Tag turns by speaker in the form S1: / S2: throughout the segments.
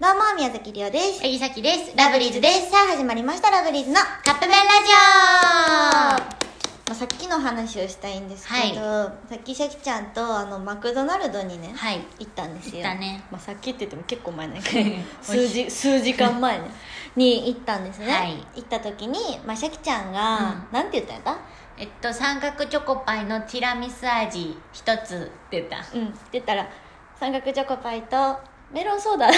S1: どうも、宮崎りおです。
S2: えぎさきです。
S1: ラブリーズです。さあ、始まりました、ラブリーズの。
S2: カップ麺ラジ
S1: まあ、さっきの話をしたいんですけど、さっきシャキちゃんと、あの、マクドナルドにね
S2: オ、はい。
S1: 行ったんですよ。
S2: 行ったね
S1: まあ、さっきって言っても結構前 ね。数時、数時間前ね。に行ったんですね。
S2: はい
S1: 行った時に、まあ、シャキちゃんが、なんて言ったんやっ
S2: えっと、三角チョコパイのティラミス味一つって言った。
S1: たうん。って言ったら、三角チョコパイと、メロンソーダ。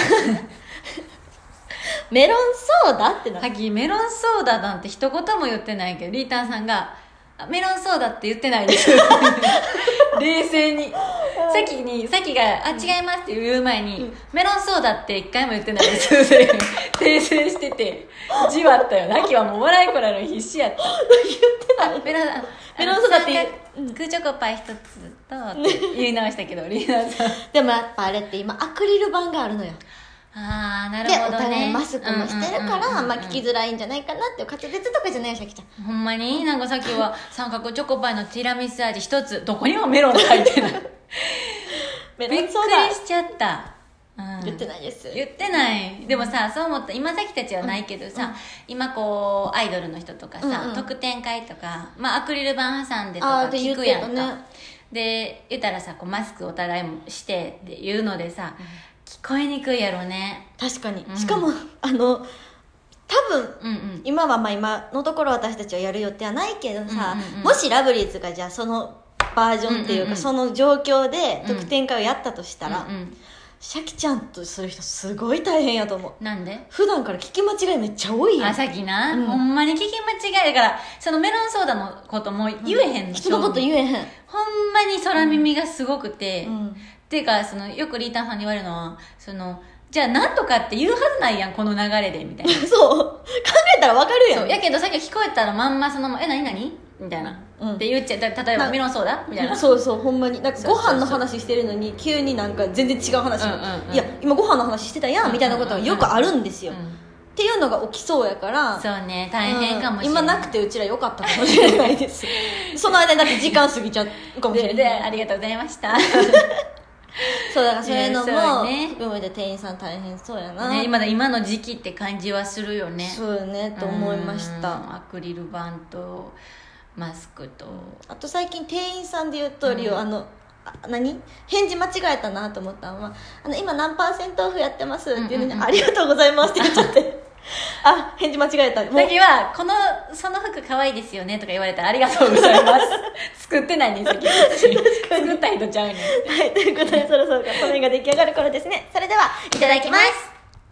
S1: メロンソーダってなっ
S2: さ
S1: て
S2: っきメロンソーダなんて一言も言ってないけど、リータンさんが、あメロンソーダって言ってないです。 冷静に。さっきに、さっきが、あ、違いますって言う前に、メロンソーダって一回も言ってないです。って訂正してて、じわったよ。なきはもう笑いこられるの必死やった。
S1: ない。
S2: メロンあ
S1: メロンソーダって
S2: 三角空チョコパイ一つとって言い直したけどリーダーさん
S1: でもやっぱあれって今アクリル板があるのよ
S2: ああな
S1: で
S2: るほ
S1: お
S2: どね
S1: 互いマスクもしてるから、
S2: うんうんうんうん
S1: まあ聞きづらいんじゃないかなっていう滑舌とかじゃないよシャキちゃん
S2: ほんまになんかさっきは三角チョコパイのティラミス味一つどこにもメロンが入 ってない
S1: メ
S2: びっくり
S1: ソーダ
S2: しちゃった、うん
S1: 言ってないです
S2: 言ってないでもさそう思った今さきたちはないけどさ、今こうアイドルの人とかさ、
S1: うんうん
S2: 特典会とか、まあ、アクリル板挟んでと
S1: あー
S2: か
S1: って言
S2: 聞
S1: ってた
S2: くやんか、
S1: ね
S2: で言ったらさこうマスクお互いもしてっていうのでさ、聞こえにくいやろね
S1: 確かに、
S2: うん
S1: しかもあの多分
S2: うんうん
S1: 今はまあ今のところ私たちはやる予定はないけどさ、
S2: うんうんうん
S1: もしラブリーズがじゃあそのバージョンっていうか、
S2: うんうんうん
S1: その状況で特典会をやったとしたら、
S2: うんうん
S1: シャキちゃんとする人すごい大変やと思う
S2: なんで
S1: 普段から聞き間違いめっちゃ多いや
S2: あ
S1: ん
S2: さっきな、
S1: うん
S2: ほんまに聞き間違いだからそのメロンソーダのことも言えへんの、
S1: 人のこと言えへん、
S2: ほんまに空耳がすごくて、
S1: うん
S2: っていうかそのよくリータンさんに言われるのはそのじゃあなんとかって言うはずないやんこの流れでみ たいな
S1: そう考えたらわかるやん
S2: そうやけどさっき聞こえたらまんまそのまま「え何何?」みたいな、
S1: うん
S2: って言っちゃうだ例え
S1: な
S2: ば「メロンソーダ?」みたいな
S1: そうそうほんまになんか
S2: そう
S1: ご
S2: そうそ
S1: 飯
S2: う
S1: の話してるのに急になんか全然違う話になって、
S2: うんうんうん
S1: いや今ご飯の話してたやんみたいなことがよくあるんですよ、
S2: うん
S1: っていうのが起きそうやから
S2: そうね大変かもしれな
S1: う
S2: い、
S1: ん今なくてうちらよかったかもしれないです その間にだって時間過ぎちゃうかもしれ
S2: でで
S1: な
S2: あ
S1: い
S2: りがとうございました、
S1: そうだからそういうの
S2: ねそう
S1: も
S2: ね
S1: 含めて店員さん大変そうやな、
S2: ね、今だ今の時期って感じはするよね
S1: そうよねと思いまし
S2: うん
S1: た
S2: アクリル板とマスクと
S1: あと最近店員さんで言うとリオ、
S2: うん
S1: あのあ何返事間違えたなと思ったのは「あの今何パーセントオフやってます」っていうのに「
S2: うんうんうん
S1: ありがとうございます」って言っちゃ って「あ返事間違えた」もう
S2: だけはこの「その服可愛いですよね」とか言われたら「ありがとうござい ます」作ってないねさっき作った人ちゃうね
S1: はいということでそろそろこの辺が出来上がる頃ですねそれではい
S2: ただきます